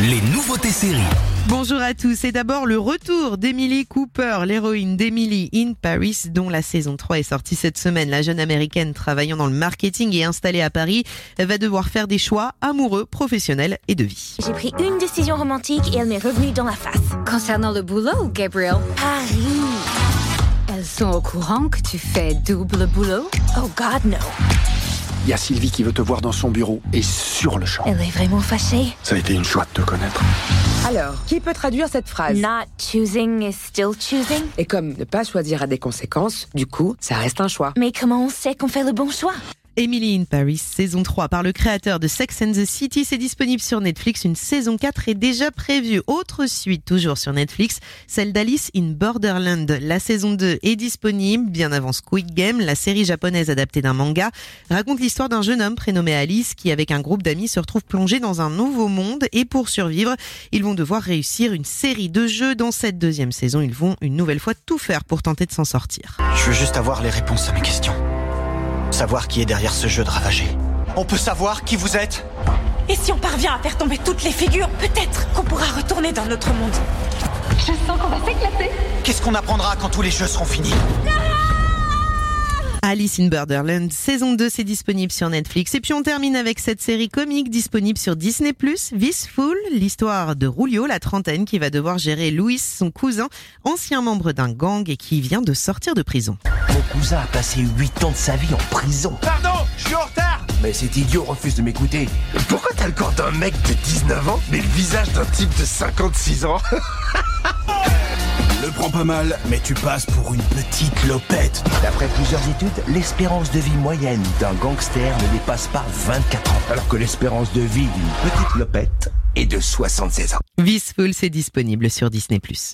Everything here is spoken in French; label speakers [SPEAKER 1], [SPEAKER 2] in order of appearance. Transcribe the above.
[SPEAKER 1] les nouveautés séries.
[SPEAKER 2] Bonjour à tous. C'est d'abord le retour d'Emily Cooper, l'héroïne d'Emily in Paris, dont la saison 3 est sortie cette semaine. La jeune américaine travaillant dans le marketing et installée à Paris va devoir faire des choix amoureux, professionnels et de vie.
[SPEAKER 3] J'ai pris une décision romantique et elle m'est revenue dans la face.
[SPEAKER 4] Concernant le boulot, Gabriel,
[SPEAKER 3] Paris.
[SPEAKER 4] elles sont au courant que tu fais double boulot
[SPEAKER 3] Oh God, no.
[SPEAKER 5] Il y a Sylvie qui veut te voir dans son bureau et sur le champ.
[SPEAKER 3] Elle est vraiment fâchée.
[SPEAKER 5] Ça a été une joie de te connaître.
[SPEAKER 6] Alors, qui peut traduire cette phrase
[SPEAKER 3] Not choosing is still choosing.
[SPEAKER 6] Et comme ne pas choisir a des conséquences, du coup, ça reste un choix.
[SPEAKER 3] Mais comment on sait qu'on fait le bon choix
[SPEAKER 2] Emily in Paris, saison 3 par le créateur de Sex and the City, c'est disponible sur Netflix. Une saison 4 est déjà prévue. Autre suite, toujours sur Netflix, celle d'Alice in Borderland. La saison 2 est disponible, bien avant Squid Game. La série japonaise adaptée d'un manga raconte l'histoire d'un jeune homme prénommé Alice qui, avec un groupe d'amis, se retrouve plongé dans un nouveau monde. Et pour survivre, ils vont devoir réussir une série de jeux. Dans cette deuxième saison, ils vont une nouvelle fois tout faire pour tenter de s'en sortir.
[SPEAKER 7] Je veux juste avoir les réponses à mes questions. Savoir qui est derrière ce jeu de ravagé. On peut savoir qui vous êtes
[SPEAKER 8] Et si on parvient à faire tomber toutes les figures, peut-être qu'on pourra retourner dans notre monde.
[SPEAKER 7] Qu'est-ce qu'on apprendra quand tous les jeux seront finis
[SPEAKER 2] Alice in Borderland, saison 2, c'est disponible sur Netflix. Et puis on termine avec cette série comique disponible sur Disney+, Visful, l'histoire de Rulio, la trentaine, qui va devoir gérer Louis, son cousin, ancien membre d'un gang et qui vient de sortir de prison.
[SPEAKER 9] Mon cousin a passé 8 ans de sa vie en prison.
[SPEAKER 7] Pardon, je suis en retard
[SPEAKER 9] Mais cet idiot refuse de m'écouter.
[SPEAKER 10] Pourquoi t'as le corps d'un mec de 19 ans, mais le visage d'un type de 56 ans
[SPEAKER 7] Le prends pas mal, mais tu passes pour une petite lopette.
[SPEAKER 9] D'après plusieurs études, l'espérance de vie moyenne d'un gangster ne dépasse pas 24 ans, alors que l'espérance de vie d'une petite lopette est de 76 ans.
[SPEAKER 2] Visful, c'est disponible sur Disney+.